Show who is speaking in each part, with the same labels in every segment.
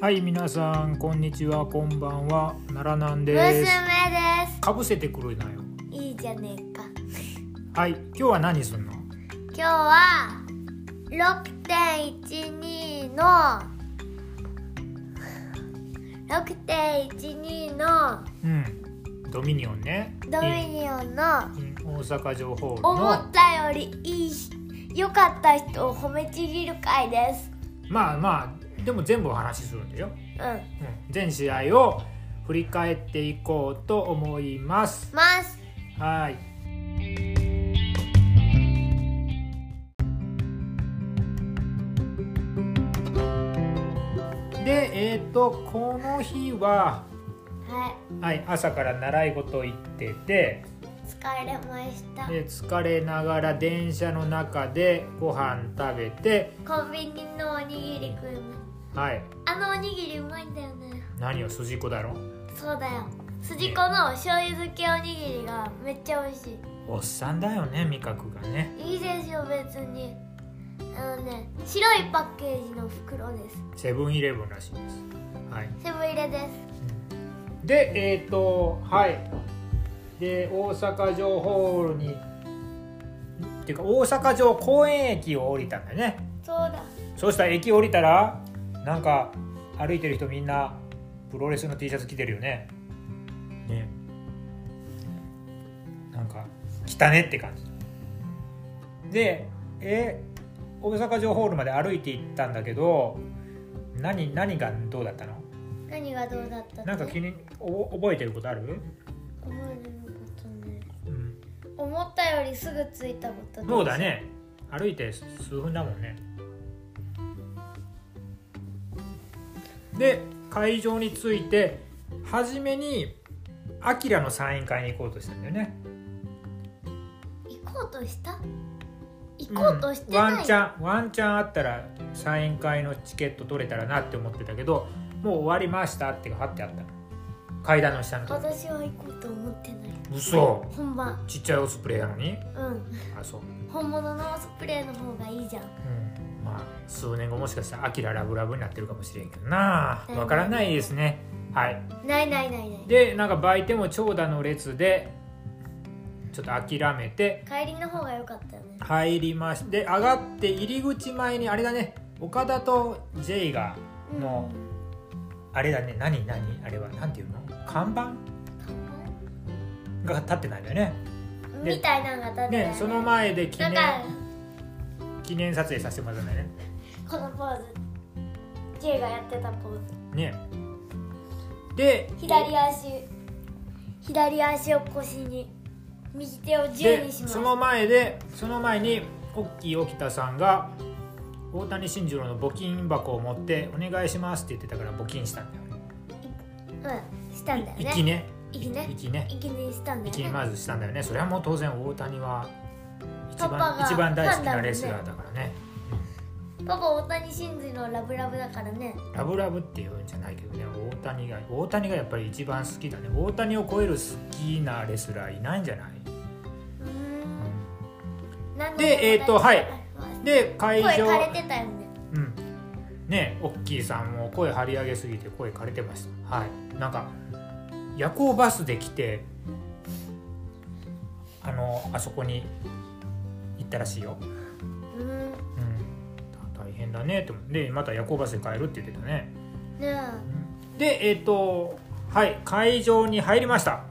Speaker 1: はい、皆さん、こんにちは、こんばんは、奈良なん
Speaker 2: 娘で
Speaker 1: です。かぶせてくるなよ。
Speaker 2: すいいじゃねえか
Speaker 1: はい、今日は何すんの。
Speaker 2: 今日は6.12の6.12の
Speaker 1: うん、ドミニオンね。
Speaker 2: ドミニオンの
Speaker 1: インイン大阪城ホール
Speaker 2: 思
Speaker 1: の
Speaker 2: っ。たよりいいし良かった人を褒めちぎる会です
Speaker 1: まあまあ、でも全部お話しするんでしょ。
Speaker 2: うん
Speaker 1: うん、全試合を振り返っていこうと思います。
Speaker 2: ます
Speaker 1: はい。で、えっ、と、この日は、
Speaker 2: は
Speaker 1: はい、朝から習い事行ってて、
Speaker 2: い疲れました
Speaker 1: で疲れながら電車の中でご飯食べて、
Speaker 2: コンビニのおにぎり食いま
Speaker 1: はい、
Speaker 2: あのおにぎりうまいんだよね
Speaker 1: 何を筋子だろ
Speaker 2: そうだよ筋子の醤油漬けおにぎりがめっちゃ美味しい
Speaker 1: おっさんだよね味覚がね
Speaker 2: いいですよ別にあのね白いパッケージの袋です
Speaker 1: セブンイレブンらしいですはい
Speaker 2: セブン入れです
Speaker 1: でえっ、とはいで大阪城ホールにっていうか大阪城公園駅を降りたんだよね
Speaker 2: そうだ
Speaker 1: そうしたら駅降りたらなんか歩いてる人みんなプロレスの T シャツ着てるよねねなんか来たねって感じでえ大阪城ホールまで歩いて行ったんだけど何何がどうだったの
Speaker 2: 何がどうだったって
Speaker 1: なんか気にお覚えてることある、
Speaker 2: 覚えてることね
Speaker 1: うん、
Speaker 2: 思ったよりすぐ着いたことです
Speaker 1: そうだね歩いて数分だもんねで会場に着いて初めにアキラのサイン会に行こうとしたんだよね
Speaker 2: 行こうとした行こうとして
Speaker 1: うん
Speaker 2: ない、
Speaker 1: ワンチャンワンチャンあったらサイン会のチケット取れたらなって思ってたけどもう終わりましたって貼ってあったの階段の下のとこ
Speaker 2: 私は行こうと思ってない
Speaker 1: 嘘
Speaker 2: 本番
Speaker 1: ちっちゃいオスプレイなのに
Speaker 2: うん
Speaker 1: あそう
Speaker 2: 本物のスプレーの方がいいじゃん
Speaker 1: うんまあ数年後もしかしたらアキララブラブになってるかもしれんけどな
Speaker 2: うん
Speaker 1: わからないですねはい
Speaker 2: ないないないない
Speaker 1: でなんか売店も長蛇の列でちょっと諦めて
Speaker 2: 帰りの方が良かったよね
Speaker 1: 入りまして上がって入り口前にあれだね岡田と J が
Speaker 2: うん
Speaker 1: もあれだね何何あれは何ていうの看板が立ってないんだよねで
Speaker 2: みたいなのが立って
Speaker 1: ねその前で記
Speaker 2: だ
Speaker 1: 念
Speaker 2: から
Speaker 1: 記念撮影させてもらったんだよね
Speaker 2: このポーズ J がやってたポーズ
Speaker 1: ねで
Speaker 2: 左足左足を腰に右手を十
Speaker 1: で
Speaker 2: にします
Speaker 1: その前でその前にオッキー沖田さんが大谷慎次郎の募金箱を持って「お願いします」って言ってたから募金したんだよね
Speaker 2: うんしたんだよね
Speaker 1: 息ね
Speaker 2: 息ね
Speaker 1: 息ね
Speaker 2: 息にしたんだ
Speaker 1: 息
Speaker 2: よね
Speaker 1: まずしたんだよねそれはもう当然大谷は一
Speaker 2: パパ
Speaker 1: 番
Speaker 2: が
Speaker 1: 一番大好きなレスラーだからね
Speaker 2: パパ大谷真嗣のラブラブだからね
Speaker 1: ラブラブっていうんじゃないけどね大谷が大谷がやっぱり一番好きだね大谷を超える好きなレスラーいないんじゃないう
Speaker 2: ーん何
Speaker 1: でえーとはいで会
Speaker 2: 声
Speaker 1: 場
Speaker 2: 枯れてたよね
Speaker 1: うん、ねオッキーさんも声張り上げすぎて声枯れてましたはいなんか夜行バスで来てあのあそこに行ったらしいよ、うん、
Speaker 2: うーん
Speaker 1: た大変だねって思うでまた夜行バスで帰るって言ってたね
Speaker 2: ね
Speaker 1: でえっ、とはい会場に入りました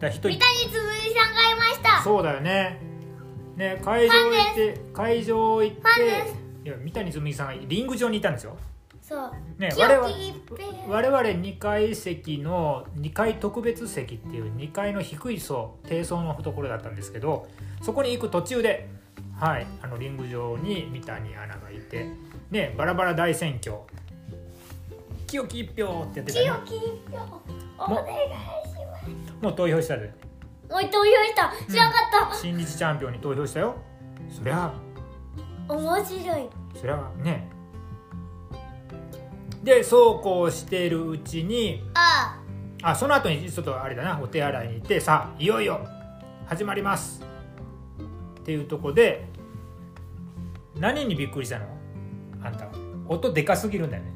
Speaker 1: だ
Speaker 2: え
Speaker 1: 人
Speaker 2: 三谷つぶりさんがいました
Speaker 1: そうだよねね会場行って会場行って
Speaker 2: ファンです
Speaker 1: いや三谷紬さんがリング上にいたんですよ
Speaker 2: そう
Speaker 1: ね
Speaker 2: 清
Speaker 1: 我々
Speaker 2: き一平
Speaker 1: 我々2階席の2階特別席っていう2階の低い層低層のところだったんですけどそこに行く途中で、はい、あのリング上に三谷アナがいて、ね、バラバラ大選挙「清き一票」ってやってた、ね
Speaker 2: 清、き一票お願いします
Speaker 1: もう投票したで
Speaker 2: おい投票した知らなかっ
Speaker 1: 新日チャンピオンに投票したよそりゃ
Speaker 2: た、面白い
Speaker 1: そりゃねでそうこうしているうちに
Speaker 2: あ
Speaker 1: あその後にちょっとあれだなお手洗いに行ってさあいよいよ始まりますっていうとこで何にびっくりしたのあんた音でかすぎるんだよね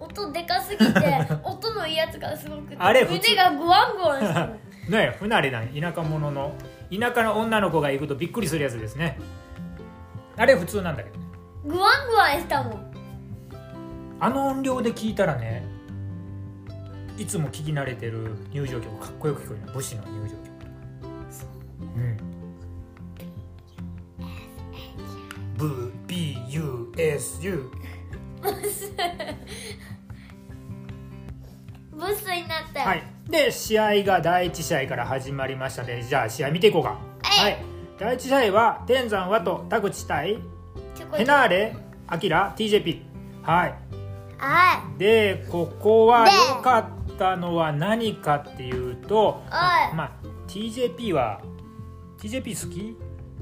Speaker 2: あ音音でかすぎ て音のいいやつがすごくて
Speaker 1: あれ普通
Speaker 2: 腕がグワングワンして る
Speaker 1: ねえ不慣れな田舎者の田舎の女の子が行くとびっくりするやつですねあれ普通なんだけど
Speaker 2: グワングワンしたもん
Speaker 1: あの音量で聞いたらねいつも聞き慣れてる入場曲かっこよく聞こえる武士の入場曲うん「VBUSU
Speaker 2: ブスになった」よ、
Speaker 1: はいで試合が第1試合から始まりましたのでじゃあ試合見ていこうかはい第1試合は天山和と田口対
Speaker 2: ちょこ
Speaker 1: ヘ
Speaker 2: ちょこ
Speaker 1: ナーレアキラ TJP はい
Speaker 2: あ
Speaker 1: でここは
Speaker 2: で
Speaker 1: 良かったのは何かっていうと
Speaker 2: はい
Speaker 1: まあ TJP は TJP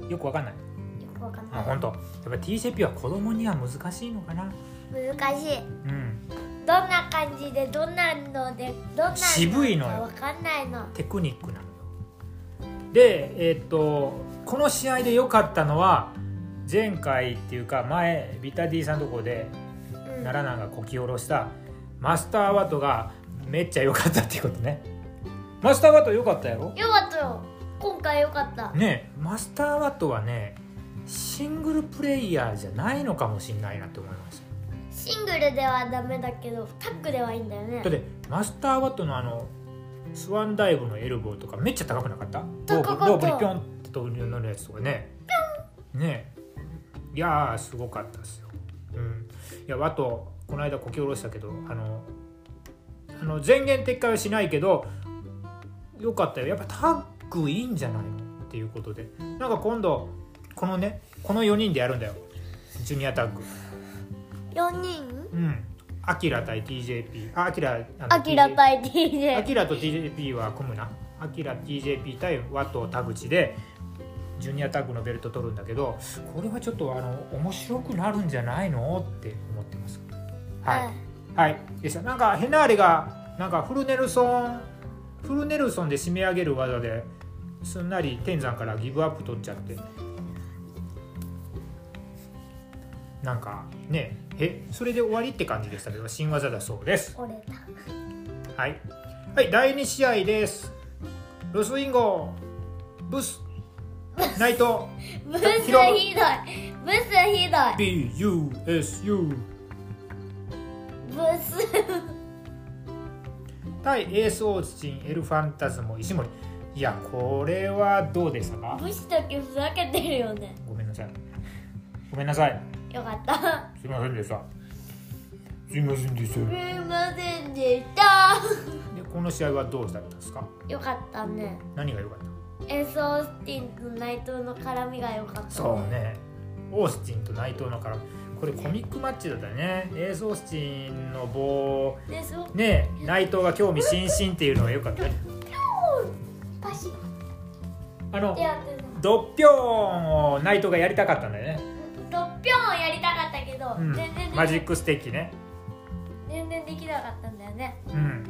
Speaker 1: 好きよくわかんない、
Speaker 2: いよくわかん
Speaker 1: あ
Speaker 2: な
Speaker 1: 本当やっぱ TJP は子供には難しいのかない
Speaker 2: 難しい
Speaker 1: うん
Speaker 2: どんな感じでどんなのでどんな
Speaker 1: 渋いのよ
Speaker 2: かわかんないの
Speaker 1: テクニックなのよでえーっとこの試合で良かったのは前回っていうか前ビタディさんのとこで
Speaker 2: うん
Speaker 1: 奈良南がこき下ろしたマスターワトがめっちゃ良かったっていうことねマスターワト良かったやろ
Speaker 2: よかったよ今回よかった
Speaker 1: ねマスターワットはねシングルプレイヤーじゃないのかもしれないなって思いまし
Speaker 2: シングルではダメだけどタッグではいいんだよね
Speaker 1: ただってマスターワットのあのスワンダイブのエルボーとかめっちゃ高くなかった
Speaker 2: 高かった
Speaker 1: ロープロープにピョンって飛び乗るやつとかねねいやーすごかったですよ、うん、いやワットこの間こき下ろしたけどあのあの全言撤回はしないけどよかったよやっぱタッグいいんじゃないのっていうことでなんか今度このねこの4人でやるんだよジュニアタッグ
Speaker 2: 4人
Speaker 1: うんアキラ対 TJP あアキラあの
Speaker 2: アキラ
Speaker 1: TJP
Speaker 2: 対
Speaker 1: ア
Speaker 2: DJ
Speaker 1: キラと TJP は組むなアキラ TJP 対ワト田口でジュニアタッグのベルト取るんだけどこれはちょっとあの面白くなるんじゃないのって思ってますはい、はいでしたなんかヘナーレがなんかフルネルソンフルネルソンで締め上げる技ですんなり天山からギブアップ取っちゃってなんかねえそれで終わりって感じでしたけど新技だそうです
Speaker 2: 折れた
Speaker 1: はい、はい、第2試合です。ロスインゴ、ブス、ナイト、
Speaker 2: ブスひどいブスひど
Speaker 1: BUSU
Speaker 2: いブス
Speaker 1: 対エースオーチン、エルファンタズモ、石森。いや、これはどうでしたか
Speaker 2: ブスだけふざけてるよね
Speaker 1: ごめんなさい。ごめんなさい。
Speaker 2: よかった
Speaker 1: すいませんでした。すいませんでし
Speaker 2: す
Speaker 1: た。
Speaker 2: いませんでした
Speaker 1: で、この試合はどうだったんですか
Speaker 2: よかったね
Speaker 1: 何が良かった
Speaker 2: エースオースティンと内藤の絡みが良かった
Speaker 1: そうねオースティンと内藤のからこれコミックマッチだったよねエースオースティンの棒
Speaker 2: でそ
Speaker 1: ねえ内藤が興味津々っていうのが良かったね
Speaker 2: パシッ
Speaker 1: あの
Speaker 2: てやってた
Speaker 1: ドッピョーンを内藤がやりたかったんだよね、
Speaker 2: ドッピョンをやりたかったけど、
Speaker 1: うん
Speaker 2: 全然、で
Speaker 1: マジックステーキね
Speaker 2: 全然できなかったんだよね
Speaker 1: うん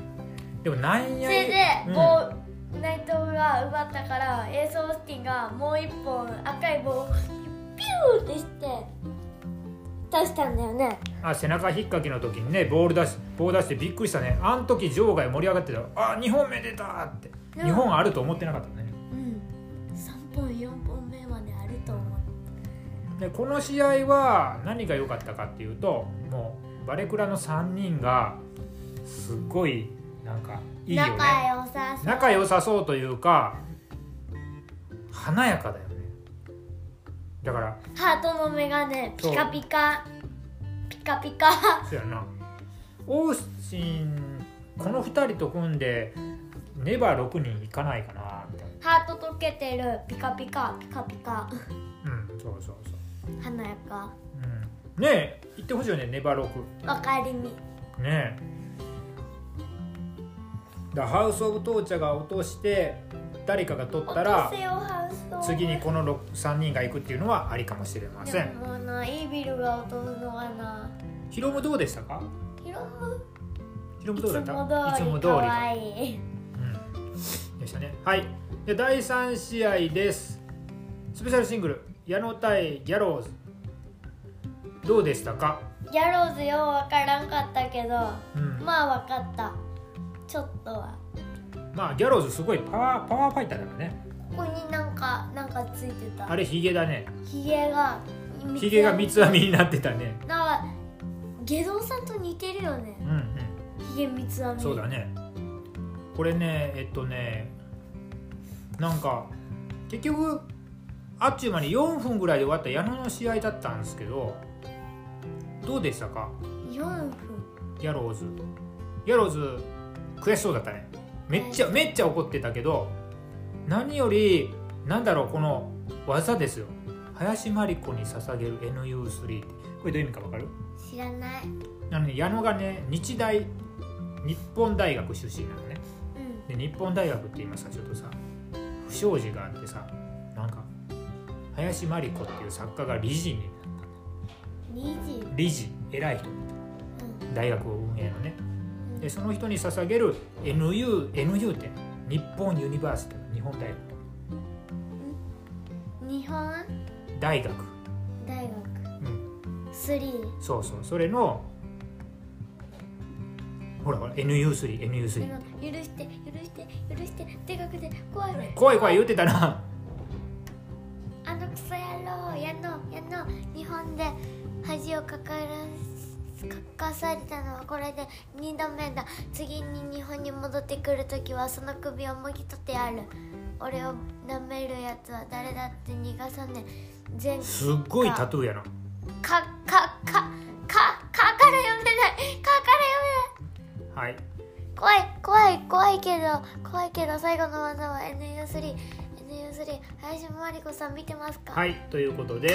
Speaker 1: でもなん
Speaker 2: そ
Speaker 1: や
Speaker 2: れで、
Speaker 1: うん
Speaker 2: 棒内藤が奪ったからエース・オースティンがもう一本赤い棒をピューってして出したんだよね
Speaker 1: あ背中引っかきの時にねボール出し棒出してびっくりしたねあの時場外盛り上がってたよあ2本目出たって
Speaker 2: うん
Speaker 1: 2本あると思ってなかったね
Speaker 2: うん3本4本目まであると思う
Speaker 1: でこの試合は何が良かったかっていうともうバレクラの3人がすっごいなんかいいよね
Speaker 2: 仲良さそう
Speaker 1: 仲良さそうというか華やかだよねだから
Speaker 2: ハートの眼鏡
Speaker 1: そう
Speaker 2: ピカピカピカピカ
Speaker 1: そうやなオースチンこの2人と組んでネバー6人いかないかなみたい
Speaker 2: ハート溶けてるピカピカピカピカ
Speaker 1: なうんそうそうそう、
Speaker 2: 華やか
Speaker 1: うん、ねえ言ってほしいよねネバー6
Speaker 2: わかりみ
Speaker 1: ねえだハウス・オブ・トーチャが落として誰かが取ったら
Speaker 2: お年をハウスを
Speaker 1: 次にこの3人が行くっていうのはありかもしれませ
Speaker 2: で
Speaker 1: ん
Speaker 2: ももうなイービルが落とすのかな
Speaker 1: ヒロムどうでしたか
Speaker 2: ヒロム
Speaker 1: ヒロ
Speaker 2: い
Speaker 1: ム
Speaker 2: つ
Speaker 1: ど
Speaker 2: も
Speaker 1: う
Speaker 2: 通
Speaker 1: だ
Speaker 2: り
Speaker 1: った
Speaker 2: かわいい
Speaker 1: うんでしたね。はい。で第3試合です。スペシャルシングル矢野対ギャローズどうでしたか？
Speaker 2: やろうぜようわからんかったけど
Speaker 1: うんま
Speaker 2: まあわかったちょっとは
Speaker 1: あギャローズすごいパワーパワーファイターだからね
Speaker 2: ここになんかなんかついてた
Speaker 1: あれヒゲだね
Speaker 2: ひげが
Speaker 1: ヒゲが三つ編みになってたね
Speaker 2: なんか下道さんと似てるよね
Speaker 1: うんうん
Speaker 2: ひげ三つ編み
Speaker 1: そうだねこれねえっとねなんか結局あっちゅう間に4分ぐらいで終わった矢野の試合だったんですけどどうでしたか
Speaker 2: 4分
Speaker 1: ヤローズヤローズ悔しそうだったねめっちゃめっちゃ怒ってたけど何よりなんだろうこの技ですよ林真理子に捧げる NU3 ってこれどういう意味かわかる
Speaker 2: 知らない
Speaker 1: なので矢野がね日大日本大学出身なのね
Speaker 2: うん
Speaker 1: で日本大学って今さちょっとさ不祥事があってさなんか林真理子っていう作家が理事に
Speaker 2: 2時
Speaker 1: 理事偉い人大学運営のね
Speaker 2: うん
Speaker 1: でその人に捧げる NU, NU って日本ユニバーシティ日本大学
Speaker 2: 日本
Speaker 1: 大学、
Speaker 2: 大学
Speaker 1: うん、
Speaker 2: 3
Speaker 1: そうそうそれのほらほら NU3NU3
Speaker 2: 許して許して許してでかくて怖い
Speaker 1: 怖い怖い言ってたな
Speaker 2: あのクソ野郎やのやの日本で恥をかからすかかされたのはこれで2度目だ次に日本に戻ってくるときはその首をもぎ取ってやる俺を舐めるやつは誰だって逃がさねえ全
Speaker 1: すっごいタトゥーやな
Speaker 2: かかかかかから読めないかから読めない
Speaker 1: はい
Speaker 2: 怖い怖い怖いけど怖いけど最後の技は NU3NU3 林真理子さん見てますか
Speaker 1: はいということで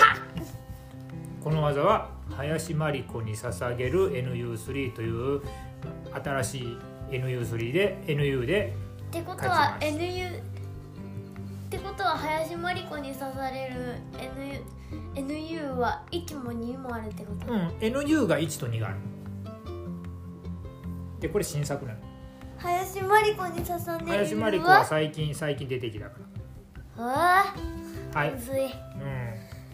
Speaker 1: この技は林真理子に捧げる NU3 という新しい NU3 で NU で
Speaker 2: ってことは
Speaker 1: 書い
Speaker 2: NU ってことは林真理子に刺される NU, NU は1も2もあるってこと、
Speaker 1: うん NU が1と2があるでこれ新作なの
Speaker 2: 林真理子に刺される
Speaker 1: 林真理子は
Speaker 2: は
Speaker 1: 最近最近出てきたか
Speaker 2: あ
Speaker 1: らはい、う
Speaker 2: むずい
Speaker 1: ん、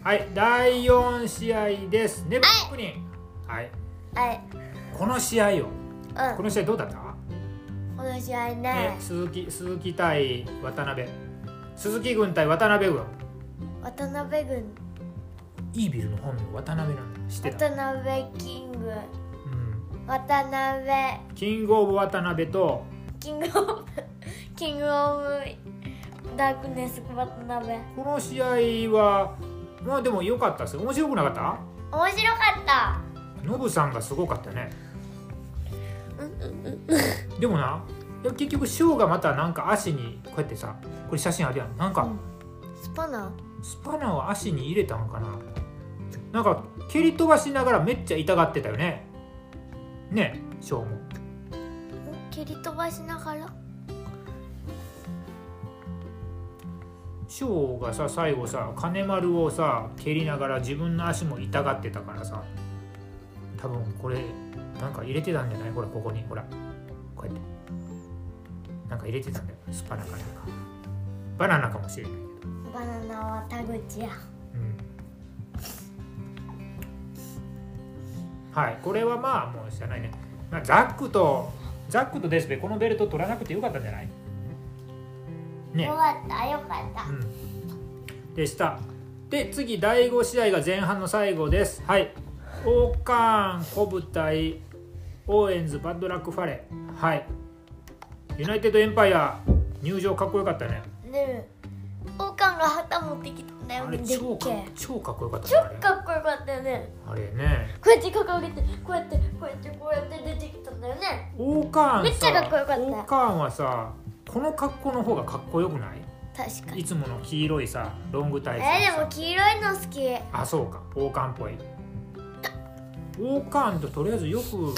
Speaker 1: はい第4試合ですねブックはい
Speaker 2: はい
Speaker 1: この試合よ
Speaker 2: うん
Speaker 1: この試合どうだった、
Speaker 2: この試合
Speaker 1: ね
Speaker 2: ね、
Speaker 1: 鈴木鈴木対渡辺鈴木軍対渡辺軍
Speaker 2: 渡辺軍
Speaker 1: イービルの本名渡辺なんだ知ってた、
Speaker 2: 渡辺キング
Speaker 1: うん、
Speaker 2: 渡辺
Speaker 1: キングオブ渡辺と
Speaker 2: キングオブ キングオブダークネスバトナベ面
Speaker 1: この試合はまあでも良かったですよ面白くなかっ
Speaker 2: 白かった
Speaker 1: たノブさんがすごかったねでもないや結局ショーがまたなんか足にこうやってさこれ写真あるやんなんか
Speaker 2: スパナ
Speaker 1: スパナを足に入れたのかななんか蹴り飛ばしながらめっちゃ痛がってたよねねショーも
Speaker 2: 蹴り飛ばしながら
Speaker 1: ショーがさ最後さ金丸をさ蹴りながら自分の足も痛がってたからさ多分これなんか入れてたんじゃないほらここにほらこうやってなんか入れてたんだよスパナかなんかバナナかもしれないけど
Speaker 2: バナナは田口や
Speaker 1: うんはいこれはまあもう知らないね、まあ、ザックとザックとデスペこのベルト取らなくてよかったんじゃないね
Speaker 2: よかったよかった
Speaker 1: うん、でしたで次第5試合が前半の最後ですはいオーカーン小舞台オーエンズバッドラックファレはいユナイテッドエンパイア入場かっこよかったね
Speaker 2: ね王冠が旗持ってきたんだよ
Speaker 1: あ
Speaker 2: で
Speaker 1: れ
Speaker 2: っけえ
Speaker 1: 超か超かっこよかったね
Speaker 2: 超かっこよかったよね
Speaker 1: あれあれね
Speaker 2: こうやって掲げてこうやってこうやってこうやって出てきたんだよね
Speaker 1: オーカーンさ
Speaker 2: めっちゃかっこよかった
Speaker 1: オーカーンはさこの格好の方がかっこよくない
Speaker 2: 確か
Speaker 1: い
Speaker 2: に
Speaker 1: つもの黄色いさロングタ
Speaker 2: え
Speaker 1: イツのさ
Speaker 2: ー、でも黄色いの好き
Speaker 1: あそうか王冠っぽい王冠ととりあえずよく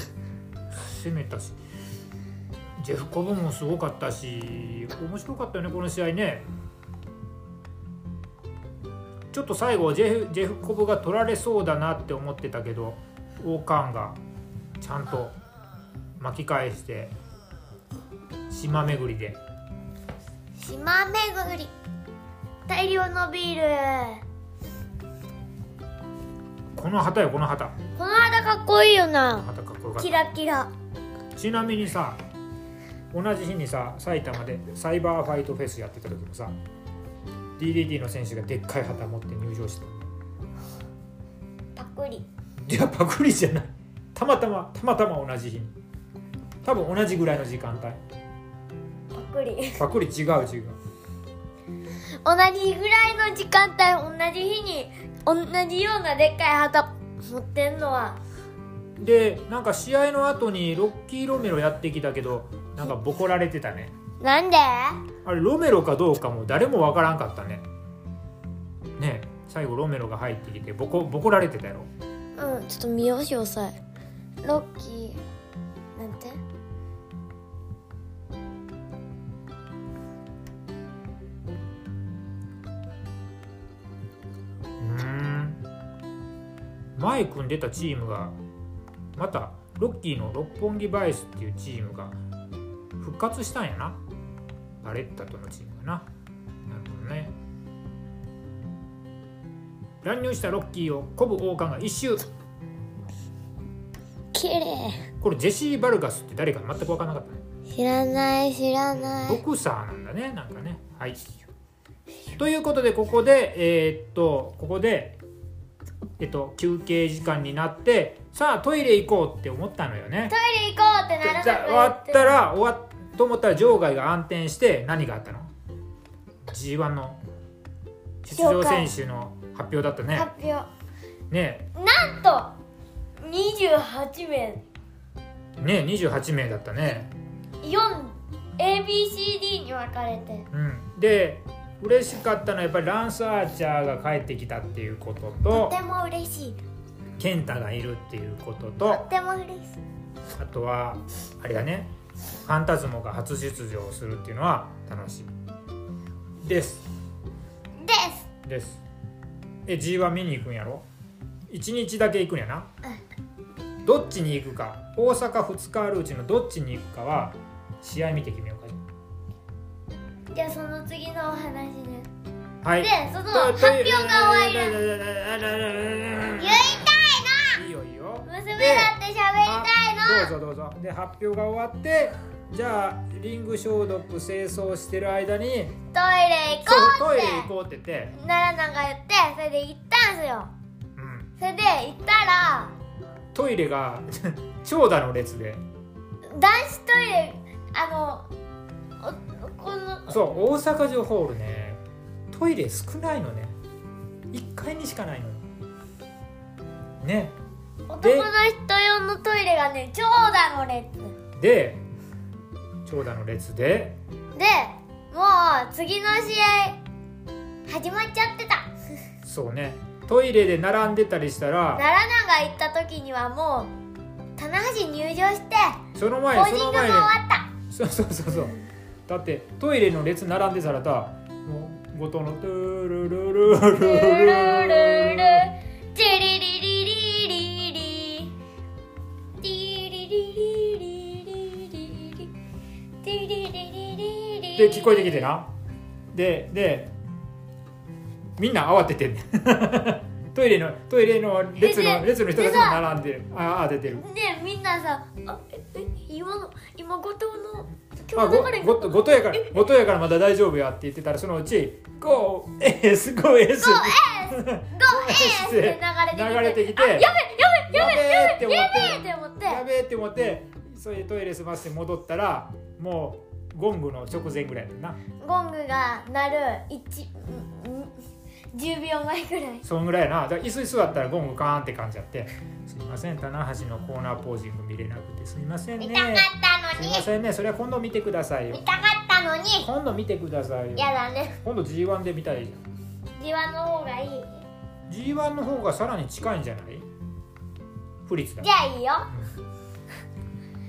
Speaker 1: 攻めたしジェフコブもすごかったし面白かったよねこの試合ねちょっと最後ジェフジェフコブが取られそうだなって思ってたけど王冠がちゃんと巻き返して島巡りで
Speaker 2: 島巡り大量のビール
Speaker 1: ここの旗よこの旗
Speaker 2: この肌かっこいいよな
Speaker 1: 旗かっこよかっ
Speaker 2: キラキラ
Speaker 1: たちなみにさ同じ日にさ埼玉でサイバーファイトフェスやってた時もさ DDT の選手がでっかい旗持って入場して
Speaker 2: パクリ
Speaker 1: いやパクリじゃないたまたまたまたま同じ日に多分同じぐらいの時間帯
Speaker 2: パクリ
Speaker 1: パクリ違う違う
Speaker 2: 同じぐらいの時間帯同じ日に同じようなでっかい旗持ってんのは
Speaker 1: でなんか試合の後にロッキー・ロメロやってきたけどなんかボコられてたね
Speaker 2: なんで
Speaker 1: あれロメロかどうかも誰もわからんかったねねえ最後ロメロが入ってきてボコボコられてたやろ
Speaker 2: うんちょっと見よし押さえロッキーなんて
Speaker 1: うーんマイ君出たチームがまたロッキーの六本木バイスっていうチームが復活したんやなバレッタとのチームがななるほどね乱入したロッキーを鼓舞王冠が一周
Speaker 2: 綺麗
Speaker 1: これジェシー・バルガスって誰か全く分からなかったね
Speaker 2: 知らない知らな
Speaker 1: ボ
Speaker 2: い
Speaker 1: クサーなんだねなんかねはいということでここでえーっとここでえっと休憩時間になってさあトイレ行こうって思ったのよね
Speaker 2: トイレ行こうってならなく
Speaker 1: じゃあ終わ
Speaker 2: な
Speaker 1: っ
Speaker 2: って
Speaker 1: たら終わっと思ったら場外が暗転して何があったの G1 の出場選手の発表だったね
Speaker 2: 発表
Speaker 1: ね
Speaker 2: なんと28名
Speaker 1: えねえ28名だったね
Speaker 2: 4ABCD に分かれて
Speaker 1: うんで嬉しかったのはやっぱりランス・アーチャーが帰ってきたっていうこと
Speaker 2: と
Speaker 1: と
Speaker 2: ても嬉しい
Speaker 1: 健太がいるっていうこと
Speaker 2: と
Speaker 1: と
Speaker 2: ても嬉しい
Speaker 1: あとはあれだねファンタズモが初出場するっていうのは楽しみです
Speaker 2: です
Speaker 1: ですえ G1 見に行くんやろ1日だけ行くんやなどっちに行くか大阪2日あるうちのどっちに行くかは試合見て決めようかじ
Speaker 2: じゃあその次のお話ね
Speaker 1: ゃあはい
Speaker 2: でその発表が終わりだ言い
Speaker 1: いいよいいよ
Speaker 2: たい娘だって喋りたいの
Speaker 1: どうぞどうぞで発表が終わってじゃあリング消毒清掃してる間に
Speaker 2: トイレ行
Speaker 1: そう
Speaker 2: こ
Speaker 1: ト
Speaker 2: う
Speaker 1: イ
Speaker 2: っ
Speaker 1: レ
Speaker 2: て
Speaker 1: 行こうって言って、
Speaker 2: 奈良なんか言ってそれで行ったんすよ
Speaker 1: うん、
Speaker 2: それで行ったら
Speaker 1: トイレが 長蛇の列で
Speaker 2: 男子トイレあのおこの
Speaker 1: そう大阪城ホールねトイレ少ないのね1階にしかないのよね
Speaker 2: 男の人用のトイレがね長蛇の列
Speaker 1: で長蛇の列で
Speaker 2: でもう次の試合始まっちゃってた
Speaker 1: そうねトイレで並んでたりしたら
Speaker 2: 奈良が行った時にはもう棚橋入場して
Speaker 1: その
Speaker 2: ポ
Speaker 1: 前
Speaker 2: ー
Speaker 1: に
Speaker 2: ジ
Speaker 1: そ
Speaker 2: ン
Speaker 1: の
Speaker 2: グが
Speaker 1: 前
Speaker 2: 終
Speaker 1: に
Speaker 2: わった
Speaker 1: そうそうそうそうだってトイレの列並んでたらさもう後藤のトゥルルルルル
Speaker 2: ルルルル
Speaker 1: ル
Speaker 2: チリリリリリリティリリリリリリリティリリリリリリ
Speaker 1: で聞こえてきてなででみんな慌ててんねトイレのトイレの列の
Speaker 2: で
Speaker 1: 列の人たち
Speaker 2: で
Speaker 1: も
Speaker 2: さ
Speaker 1: 並んでるああ出てる
Speaker 2: ねみんなさあええ今の今後藤の
Speaker 1: あ
Speaker 2: 今日
Speaker 1: ご
Speaker 2: の流れ
Speaker 1: ごとごとやからごとやからまだ大丈夫やって言ってたらそのうち「ゴーエースゴーエース」
Speaker 2: えーって流れてきて
Speaker 1: 流れてきて
Speaker 2: あやべやべやべ
Speaker 1: やべえって思
Speaker 2: や
Speaker 1: って
Speaker 2: べえって思って
Speaker 1: やべえって思ってそれでトイレ済ませて戻ったらもうゴングの直前ぐらいだな
Speaker 2: ゴングが鳴る一うんうん10秒前くらい
Speaker 1: そんぐらいやなだから椅子に座ったらゴングカーンって感じやって「すいません棚橋のコーナーポージング見れなくてすいませんね
Speaker 2: 見たかったの
Speaker 1: すい
Speaker 2: に
Speaker 1: ませんねそれは今度見てくださいよ
Speaker 2: 見たかったのに
Speaker 1: 今度見てくださいよ
Speaker 2: やだね
Speaker 1: 今度 G1 で見たいじ
Speaker 2: じわの方がいい
Speaker 1: ゃん G1 の方がさらに近いんじゃない不立だ
Speaker 2: じゃあいいよ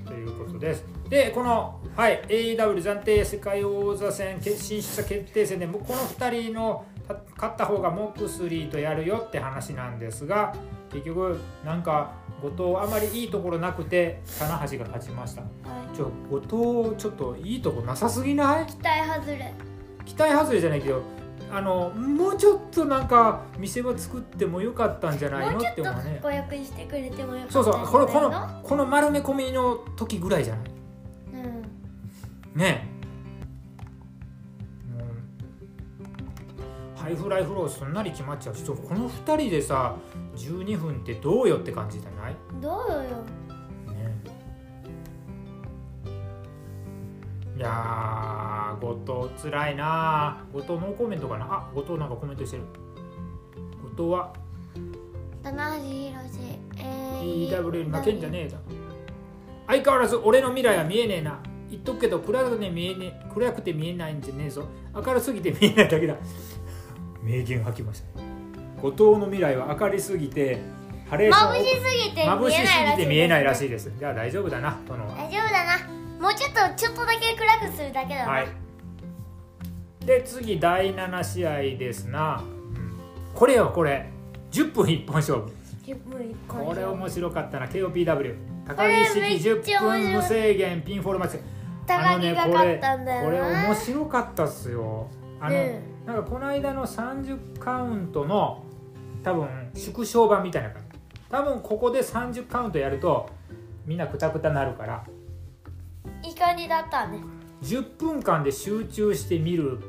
Speaker 1: ということですでこの、はい、AEW 暫定世界王座戦決進出者決定戦でもうこの2人のた勝った方がモックスリーとやるよって話なんですが結局なんか後藤あまりいいところなくて棚橋が勝ちましたちょ後藤ちょっといいとこなさすぎない
Speaker 2: 期待外れ
Speaker 1: 期待外れじゃないけどあのもうちょっとなんか店は作ってもよかったんじゃない
Speaker 2: も
Speaker 1: の
Speaker 2: うちょ
Speaker 1: っ
Speaker 2: ってと
Speaker 1: 思
Speaker 2: かっ
Speaker 1: うね
Speaker 2: こよくしてくれてもよかった
Speaker 1: そうそうこのこ
Speaker 2: んじゃない
Speaker 1: のこの丸め込みの時ぐらいじゃない
Speaker 2: うん
Speaker 1: ねえもうハイフライフローすんなり決まっちゃうしちょこの2人でさ12分ってどうよって感じじゃない
Speaker 2: どうよ
Speaker 1: ねいやー後藤つらいな後藤ノーコメントかなあ後藤なんかコメントしてる後藤は
Speaker 2: 棚橋宏志
Speaker 1: EW に負けんじゃねえだ相変わらず俺の未来は見えねえな言っとくけど暗くて見えねえ暗くて見えないんじゃねえぞ明るすぎて見えないだけだ名言吐きましたね後藤の未来は明るすぎてハレーション
Speaker 2: 眩しすぎて見えない
Speaker 1: 眩しすぎて見えないらし
Speaker 2: い
Speaker 1: いですじゃあ大丈夫だな殿は
Speaker 2: 大丈夫だなもうちょっとちょっとだけ暗くするだけだな、
Speaker 1: はいで次第7試合ですな、うんこれよこれ10分1本勝負
Speaker 2: 10分一個
Speaker 1: これ面
Speaker 2: 高
Speaker 1: 白かったな KOPW 高
Speaker 2: れ
Speaker 1: 木
Speaker 2: め
Speaker 1: 式
Speaker 2: っちゃ面白い
Speaker 1: 10分無制限ピンフォールマッチ
Speaker 2: 木が勝ったんだよな
Speaker 1: これ面白かったっすよあの、
Speaker 2: ね
Speaker 1: なんかこの間の30カウントの多分縮小版みたいな感じ多分ここで30カウントやるとみんなくたくたなるから
Speaker 2: いい感じだったね
Speaker 1: 10分間で集中して見る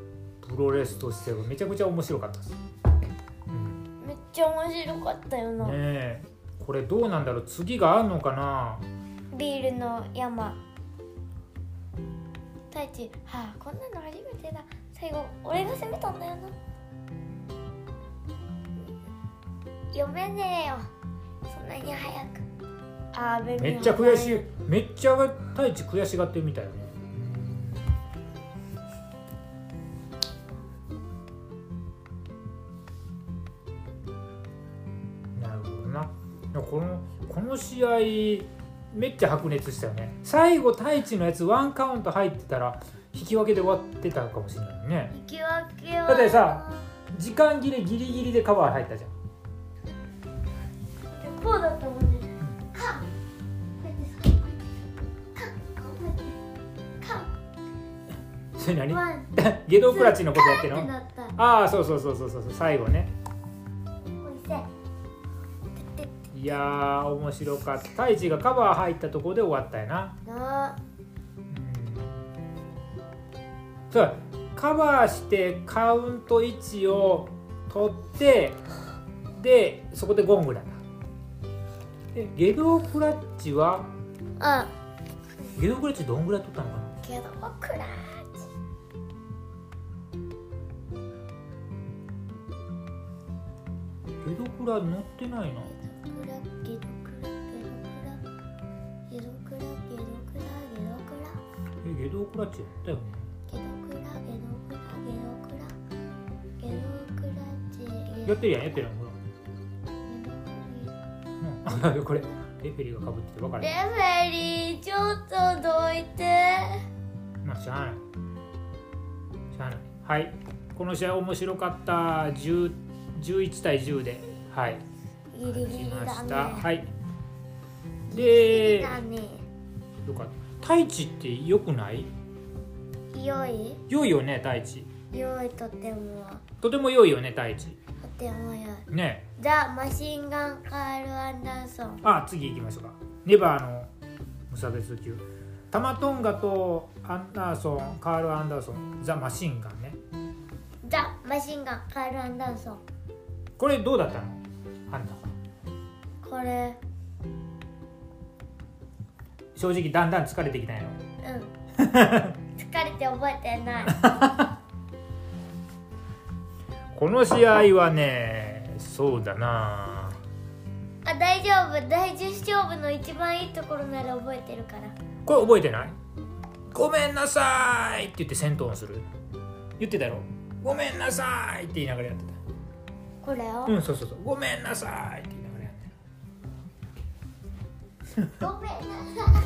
Speaker 1: プロレスとしてはめちゃくちゃ面白かったです、うんね
Speaker 2: めっちゃ面白かったよな、
Speaker 1: えこれどうなんだろう次があるのかな
Speaker 2: ビールの山太一はあこんなの初めてだ最後俺が攻めたんだよな読めねえよそんなに早くあーベル
Speaker 1: めっちゃ悔
Speaker 2: い
Speaker 1: しいめっちゃ太一悔しがってるみたいよねなるほどなでもこのこの試合めっちゃ白熱したよね最後太一のやつワンカウント入ってたら引き分けで終わってたかもしれないね
Speaker 2: 引き分けは
Speaker 1: だってさ時間切れギリギリでカバー入ったじゃん
Speaker 2: こうだったもんねカンこうやってさカンこうやってカン
Speaker 1: それ何
Speaker 2: ワン
Speaker 1: ゲドクラチのことやってる
Speaker 2: カンって
Speaker 1: の
Speaker 2: なった
Speaker 1: ああそうそうそうそうそうそう最後ね
Speaker 2: おいせてって
Speaker 1: いやー面白かった太一がカバー入ったところで終わったよな
Speaker 2: な
Speaker 1: そうカバーしてカウント1を取ってでそこでゴングだなえゲドクラッチは
Speaker 2: あ
Speaker 1: ゲドクラッチどんぐらい取ったのかな
Speaker 2: けど僕ら
Speaker 1: ゲドクラ乗ってないなえゲドクラッチやったよねやってるやんやってるやんほら、うん、こ れレフェリーがかぶってて分から
Speaker 2: レ
Speaker 1: ない
Speaker 2: フェリーちょっとどいて
Speaker 1: まあしゃあないしゃあないはいこの試合面白かった10 11対10ではい
Speaker 2: ギリギリだ
Speaker 1: 勝ちまし
Speaker 2: ね
Speaker 1: たはい
Speaker 2: ギリ
Speaker 1: で
Speaker 2: だね
Speaker 1: よかった太一って良くない
Speaker 2: 良い
Speaker 1: 良いよね太一
Speaker 2: 良いとても
Speaker 1: とても良いよね太一
Speaker 2: とても良い
Speaker 1: ね
Speaker 2: ザ・マシンガン・カール・アンダーソン
Speaker 1: あ次行きましょうかネバーの無差別級タマトンガとアンダーソンカール・アンダーソンザ・マシンガンね
Speaker 2: ザ・マシンガン・カール・アンダーソン
Speaker 1: これどうだったのあんた
Speaker 2: これ
Speaker 1: 正直だんだん疲れてきたんやろ
Speaker 2: うん疲れて覚えて ない
Speaker 1: この試合はねそうだな
Speaker 2: あ大丈夫第10勝負の一番いいところなら覚えてるから
Speaker 1: これ覚えてないごめんなさいって言って戦闘する言ってたやろごめんなさいって言いながらやって
Speaker 2: これを、
Speaker 1: たうんそうそうそうごめんなさいって言いながらやって
Speaker 2: ごめんなさい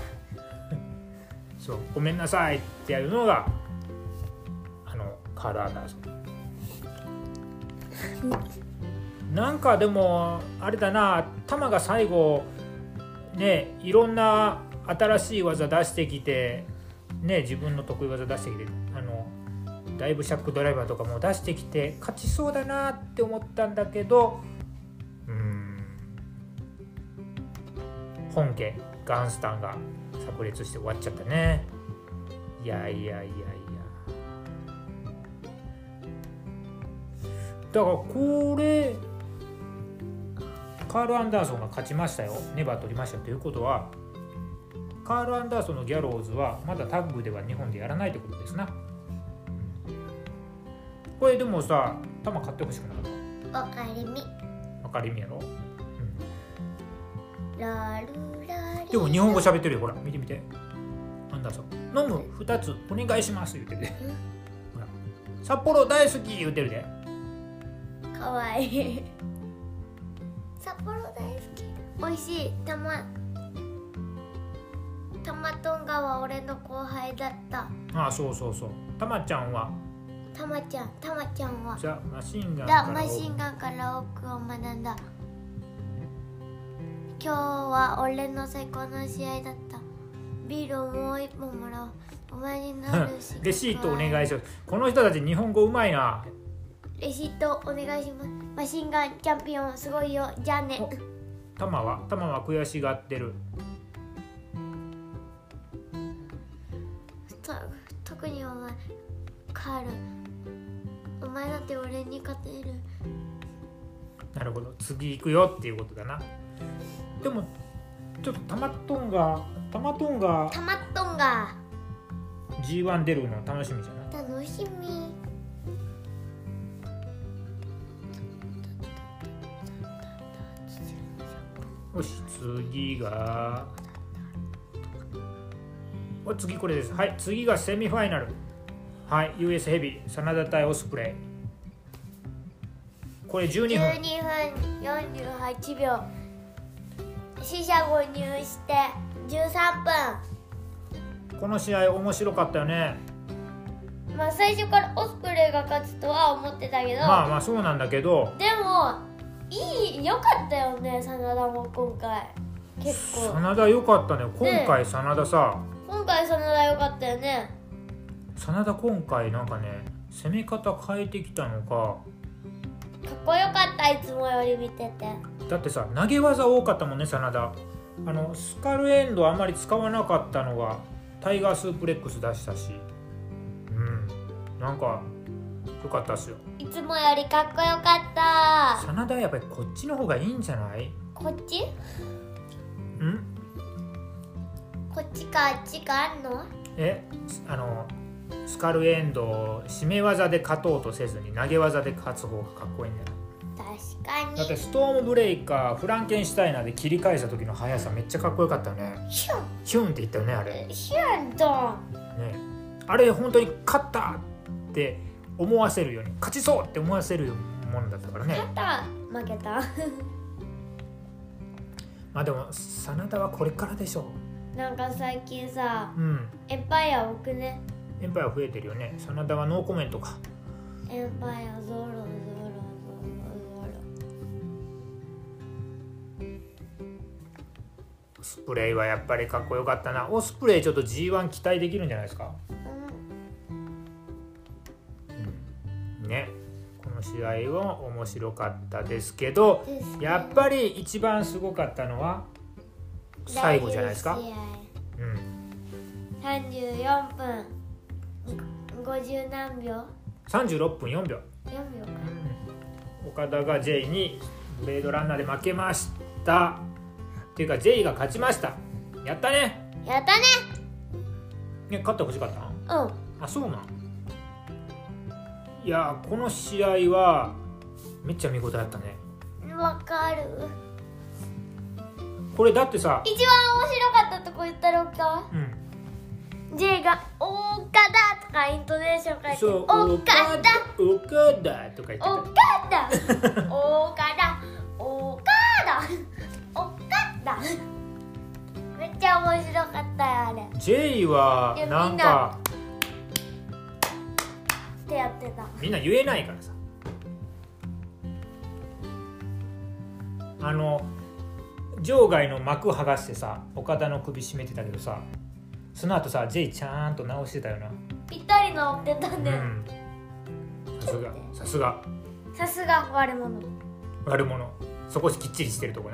Speaker 1: たそうごめんなさいってやるのがあのカール・アンダーソンなんかでもあれだなタマが最後ねいろんな新しい技出してきてね自分の得意技出してきてあのだいぶシャックドライバーとかも出してきて勝ちそうだなって思ったんだけどうーん本家ガンスタンが炸裂して終わっちゃったねいやいやいやいやだからこれカール・アンダーソンが勝ちましたよネバー取りましたということはカール・アンダーソンのギャローズはまだタッグでは日本でやらないってことですなこれでもさ球買ってほしくなかっ
Speaker 2: おかえりみ
Speaker 1: た分かりみやろ、うん
Speaker 2: ラルラリ
Speaker 1: でも日本語喋ってるよほら見て見てアンダーソン飲む2つお願いします言ってるでほら札幌大好き言ってるで
Speaker 2: かわいい札幌大好き美味しいたまたまトンガは俺の後輩だった
Speaker 1: ああそうそうそうたまちゃんは
Speaker 2: たまちゃんたまちゃんは
Speaker 1: じゃマシンガ
Speaker 2: だ
Speaker 1: ンから
Speaker 2: マシンガンから多くを学んだ今日は俺の最高の試合だったビールをもう一本もらおうお前になるし
Speaker 1: レシートお願いしますこの人たち日本語うまいな
Speaker 2: レシートお願いしますマシンガンチャンピオンすごいよじゃあね
Speaker 1: おタマはタマは悔しがってる
Speaker 2: と特にお前カールお前だって俺に勝てる
Speaker 1: なるほど次行くよっていうことだなでもちょっとタマトンがタマトンが
Speaker 2: たまっとんが
Speaker 1: G1 出るの楽しみじゃない
Speaker 2: 楽しみ
Speaker 1: よし次がお次これですはい次がセミファイナルはい US ヘビー真田対オスプレイこれ12分
Speaker 2: 12分48秒死者誤入して13分
Speaker 1: この試合面白かったよね
Speaker 2: まあ最初からオスプレイが勝つとは思ってたけど、
Speaker 1: まあまあそうなんだけど
Speaker 2: でもいい良かったよね真田も今回結構
Speaker 1: 真田良かったね今回真田さ
Speaker 2: 今回真田良かったよね
Speaker 1: 真田今回なんかね攻め方変えてきたのか
Speaker 2: かっこよかったいつもより見てて
Speaker 1: だってさ投げ技多かったもんね真田あのスカルエンドあんまり使わなかったのがタイガースープレックス出したしうんなんか良かったっすよ
Speaker 2: いつもよりかっこよかった
Speaker 1: 真田やっぱりこっちの方がいいんじゃないん
Speaker 2: こっちこっちかあっちかあんの
Speaker 1: えあのスカルエンドを締め技で勝とうとせずに投げ技で勝つ方がかっこいいんじゃない
Speaker 2: 確か
Speaker 1: だって
Speaker 2: に
Speaker 1: ストームブレイカーフランケンシュタイナーで切り返した時の速さめっちゃかっこよかったよね
Speaker 2: ヒュン
Speaker 1: ヒュンって言ったよねあれ
Speaker 2: ヒュンドン
Speaker 1: ねあれ本当に勝ったって思わせるように勝ちそうって思わせるもんだったからね
Speaker 2: 勝った負けた
Speaker 1: まあでも真田はこれからでしょ
Speaker 2: なんか最近さ
Speaker 1: ううん
Speaker 2: エンパイア多くね
Speaker 1: エンパイア増えてるよね真田はノーコメントか
Speaker 2: エンパイアゾロゾロゾロ
Speaker 1: オスプレイはやっぱりかっこよかったなオスプレイちょっと G1 期待できるんじゃないですか
Speaker 2: ゾロうん
Speaker 1: ねこの試合は面白かったですけど
Speaker 2: ですね
Speaker 1: やっぱり一番すごかったのは最後じゃないですか
Speaker 2: 第、
Speaker 1: うん、
Speaker 2: 四試合34分50何秒
Speaker 1: 36分4
Speaker 2: 4
Speaker 1: 秒
Speaker 2: 秒か
Speaker 1: 岡田が J にブレードランナーで負けましたっていうか J が勝ちましたやったね
Speaker 2: やったね
Speaker 1: ね勝ってほしかったん
Speaker 2: うん
Speaker 1: あそうなんいやーこの試合はめっちゃ見事だったね
Speaker 2: わかる
Speaker 1: これだってさ、
Speaker 2: 一番面白かったとこ言ったろうか
Speaker 1: うん、
Speaker 2: J が「おかだ」とかイントネーション書いて「
Speaker 1: そう
Speaker 2: おかだ」
Speaker 1: 岡田とか言っ
Speaker 2: 「
Speaker 1: て
Speaker 2: お
Speaker 1: た
Speaker 2: かだ」「おかだ」「おかだ」「おかだ」めっちゃ面白かったよあれ
Speaker 1: J はい
Speaker 2: や
Speaker 1: な
Speaker 2: み
Speaker 1: ん
Speaker 2: ん
Speaker 1: か
Speaker 2: なってやってた
Speaker 1: みんな言えないからさあの場外の幕剥がしてさ岡田の首絞めてたけどさその後さ J ちゃんと直してたよな、
Speaker 2: ぴったりのってた
Speaker 1: う
Speaker 2: ね
Speaker 1: ん、さすがさすが
Speaker 2: さすが悪者
Speaker 1: 悪者そこきっちりしてるとこ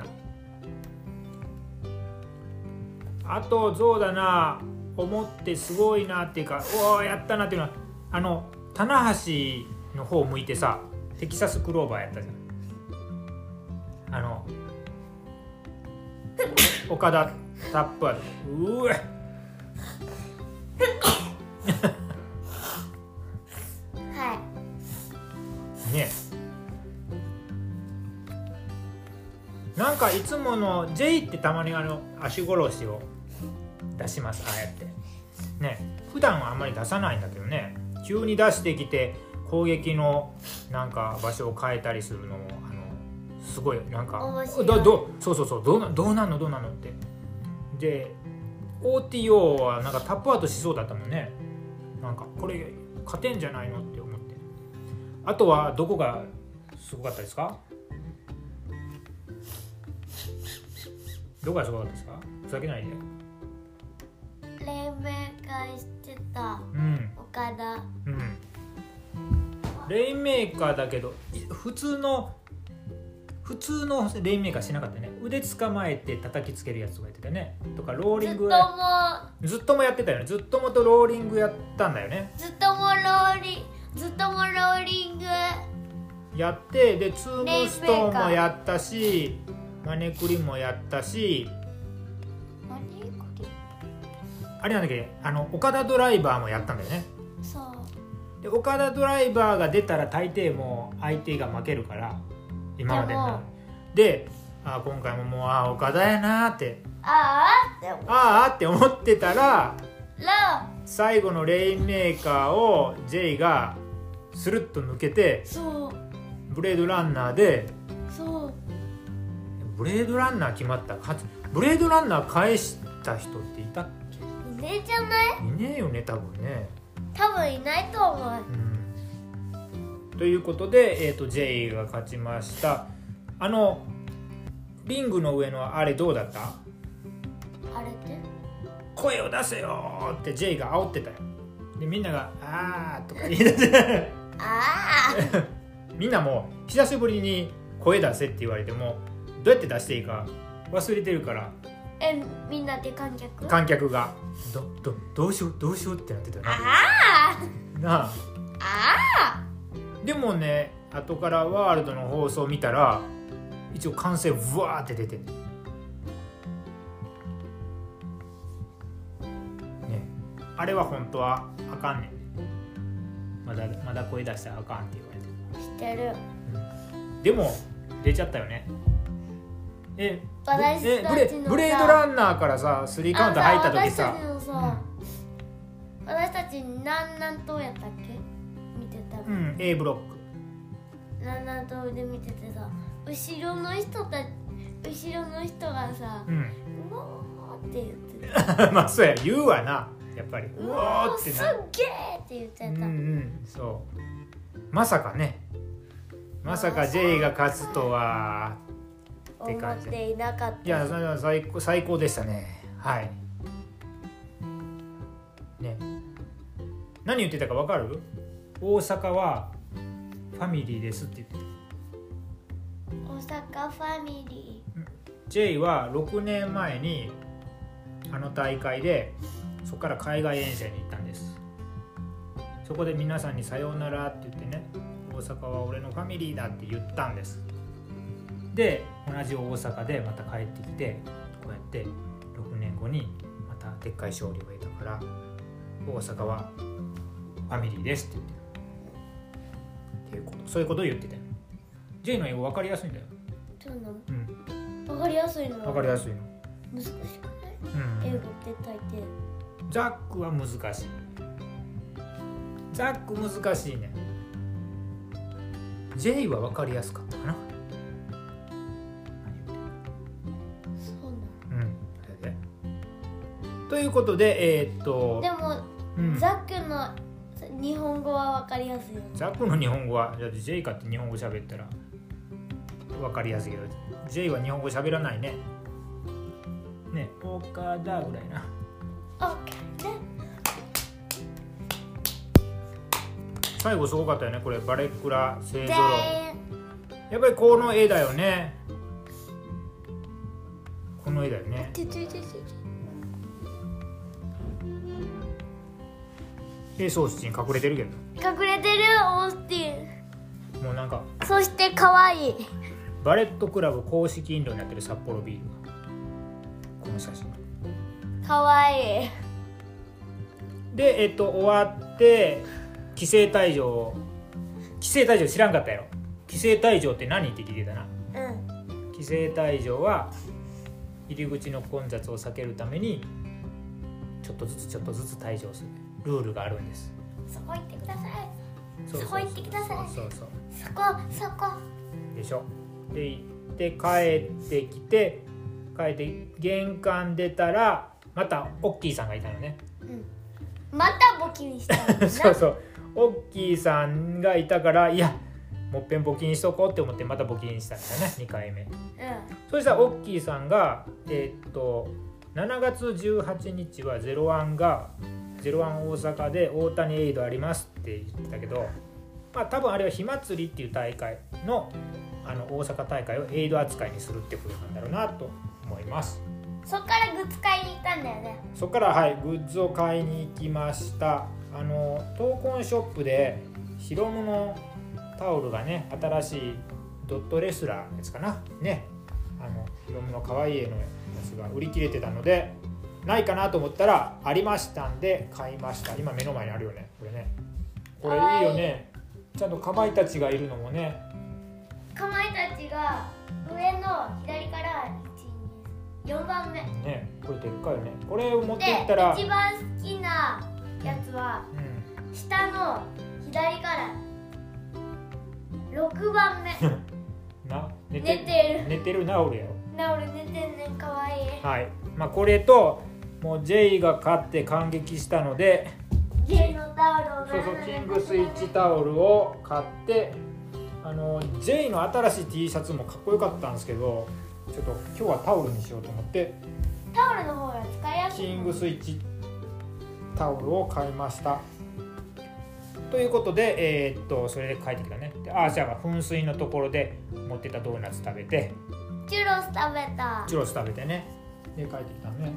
Speaker 1: なあとそうだな思ってすごいなっていうかおおやったなっていうのはあの棚橋の方を向いてさテキサスクローバーやったじゃんあのお岡田タップアウトうえ
Speaker 2: はい
Speaker 1: ねなんかいつもの J ってたまにあの足殺しを出しますああやってね普段はあんまり出さないんだけどね急に出してきて攻撃のなんか場所を変えたりするのもあのすごいなんか
Speaker 2: 面白い
Speaker 1: どどそうそうそうどうなどうなんのどうなんのってで OTO はなんかタップアウトしそうだったもんねなんかこれ勝てんじゃないのって思ってあとはどこがすごかったですかどこがすごかったですかふざけないで
Speaker 2: 黎明会してた
Speaker 1: うん
Speaker 2: 岡田
Speaker 1: うんレインメーカーだけどい普通の普通のレインメーカーしなかったね腕捕まえて叩きつけるやつとかやってたねとかローリ
Speaker 2: ずっ
Speaker 1: ン
Speaker 2: とも
Speaker 1: グ
Speaker 2: う
Speaker 1: ずっともやってたよねずっともとローリングやったんだよね
Speaker 2: ずっともうローリずっともうローリング
Speaker 1: やってでツームーストーン
Speaker 2: レインメ
Speaker 1: も
Speaker 2: ーカー
Speaker 1: やったしマネクリもやったし
Speaker 2: 何こ
Speaker 1: あれなんだっけあの岡田ドライバーもやったんだよね
Speaker 2: れそう
Speaker 1: で岡田ドライバーが出たら大抵もう相手が負けるから今まで
Speaker 2: でも
Speaker 1: のであ今回ももうあ岡田やなーって
Speaker 2: ああでも
Speaker 1: あーあーって思ってたら
Speaker 2: ら
Speaker 1: 最後のレインメーカーを J がスルッと抜けて
Speaker 2: そう
Speaker 1: ブレードランナーで
Speaker 2: そう
Speaker 1: ブレードランナー決まった勝つブレードランナー返した人っていたっけ
Speaker 2: いねえじゃない
Speaker 1: いねえよね多分ね
Speaker 2: 多分いないと思う
Speaker 1: ということで、えー、と J が勝ちましたあのリングの上のあれどうだった
Speaker 2: あれって
Speaker 1: 声を出せよーって J が煽ってたよでみんなが「あー」とか言い出して
Speaker 2: ああ
Speaker 1: みんなもう久しぶりに「声出せ」って言われてもどうやって出していいか忘れてるから
Speaker 2: えみんなで観客あ
Speaker 1: 観客が「どどどうしようどうしよう」ってなってたよな
Speaker 2: あ
Speaker 1: なあ
Speaker 2: あ
Speaker 1: でもね後からワールドの放送を見たら一応完成ブワーって出てるねあれは本当はあかんねんまだまだ声出したらあかんって言われて
Speaker 2: あしてる
Speaker 1: でも出ちゃったよねえ
Speaker 2: 私
Speaker 1: えブ
Speaker 2: たちの
Speaker 1: レ
Speaker 2: さ
Speaker 1: ブレードランナーからさスリーカウント入った時
Speaker 2: あ
Speaker 1: さ
Speaker 2: んた私たちのさ、私たちなんなんとやったっけ見てた
Speaker 1: うん A ブロック
Speaker 2: なんなんとで見ててさ後ろの人た後ろの人がさ
Speaker 1: うん
Speaker 2: うおーって言ってた
Speaker 1: まあそうや言うわなやっぱりうおーって
Speaker 2: すっ
Speaker 1: な
Speaker 2: げーって言ってた、
Speaker 1: うんうんそうまさかねまさか J が勝つとはって
Speaker 2: 思
Speaker 1: 感
Speaker 2: っ
Speaker 1: じ
Speaker 2: ていなかった
Speaker 1: いやそれは最高最高でしたねはいね何言ってたかわかる大阪はファミリーですって言ってた
Speaker 2: 大阪ファミリ
Speaker 1: J は6年前にあの大会でそこから海外遠征に行ったんですそこで皆さんに「さようなら」って言ってね「大阪は俺のファミリーだ」って言ったんですで同じ大阪でまた帰ってきてこうやって6年後にまたでっかい勝利を得たから大阪はファミリーですって言ってるっていうことそういうことを言ってたよ J の英語分かりやすいんだよ、
Speaker 2: ーどうな
Speaker 1: うん、
Speaker 2: のわかりやすいの
Speaker 1: 分かりやすいの、
Speaker 2: 難しくない
Speaker 1: うん、
Speaker 2: 英語って大抵
Speaker 1: ザックは難しいザック難しいね J は分かりやすかったかな
Speaker 2: そうな
Speaker 1: うんそれでということでえーっと
Speaker 2: のでも、
Speaker 1: うん
Speaker 2: ザックの日本語はわかりやすいよね
Speaker 1: ザックの日本語はだって J かって日本語喋ったら分かりやすいけど J は日本語喋らないねね岡田ぐらいな
Speaker 2: OK ね
Speaker 1: さ最後すごかったよねこれバレックラ勢
Speaker 2: 全
Speaker 1: ぞろやっぱりこの絵だよねこの絵だよね
Speaker 2: ちょちょちょちょ
Speaker 1: 兵装室に隠れてるけど
Speaker 2: 隠れてるオースティン
Speaker 1: もうなんか
Speaker 2: そして可愛い
Speaker 1: バレットクラブ公式飲料になってる札幌ビールこの写真
Speaker 2: 可愛い
Speaker 1: でえっと終わって規制退場規制退場知らんかったやろ規制退場って何って聞いてたな
Speaker 2: うん
Speaker 1: 規制退場は入り口の混雑を避けるためにちょっとずつちょっとずつ退場するルールがあるんです
Speaker 2: そこ行ってください
Speaker 1: そうそう
Speaker 2: そこ行ってください
Speaker 1: そうそう
Speaker 2: そこそこ
Speaker 1: でしょで行って帰ってきて帰って玄関出たらまたオッキーさんがいたのね
Speaker 2: うんまた募金したもんな
Speaker 1: そうそうオッキーさんがいたからいやもっぺん募金しとこうって思ってまた募金したんだよね2回目
Speaker 2: う
Speaker 1: そしたらオッキーさんがえーっと7月18日は「ゼロワンが「ゼロワン大阪で大谷エイドありますって言ってたけどまあ多分あれは火祭りっていう大会のあの大阪大会をエイド扱いにするってことなんだろうなと思います
Speaker 2: んそっからグッズ買いに行ったんだよね
Speaker 1: そこからはいグッズを買いに行きましたあの闘魂ショップでヒロムのタオルがね新しいドットレスラーですかなねあのヒロムの可愛い絵のやつが売り切れてたのでないかなと思ったらありましたんで買いました今目の前にあるよねこれねこれいいよねちゃんとかまいたちがいるのもね
Speaker 2: かまいたちが上の左から124番目
Speaker 1: ねこれでっかいよねこれを持ってい
Speaker 2: で
Speaker 1: ったら、
Speaker 2: 一番好きなやつは
Speaker 1: うん、
Speaker 2: 下の左から6番目
Speaker 1: な寝
Speaker 2: 寝て
Speaker 1: 寝てるな俺やろ
Speaker 2: るな俺寝てんねんかわいい
Speaker 1: はいまあ、これともう J が勝って感激したので
Speaker 2: ゲイのタオル
Speaker 1: そ
Speaker 2: を
Speaker 1: うそうキングスイ
Speaker 2: 並べ
Speaker 1: ッ
Speaker 2: て
Speaker 1: チタオルを買ってあの J の新しい T シャツもかっこよかったんですけどちょっと今日はタオルにしようと思って
Speaker 2: タオルの方が使いやすい
Speaker 1: キングスイッチタオルを買いましたということで、えーっとそれで帰ってきたねでアーシャが噴水のところで持ってたドーナツ食べて
Speaker 2: チュロス食べた
Speaker 1: チュロス食べてねで帰ってきたね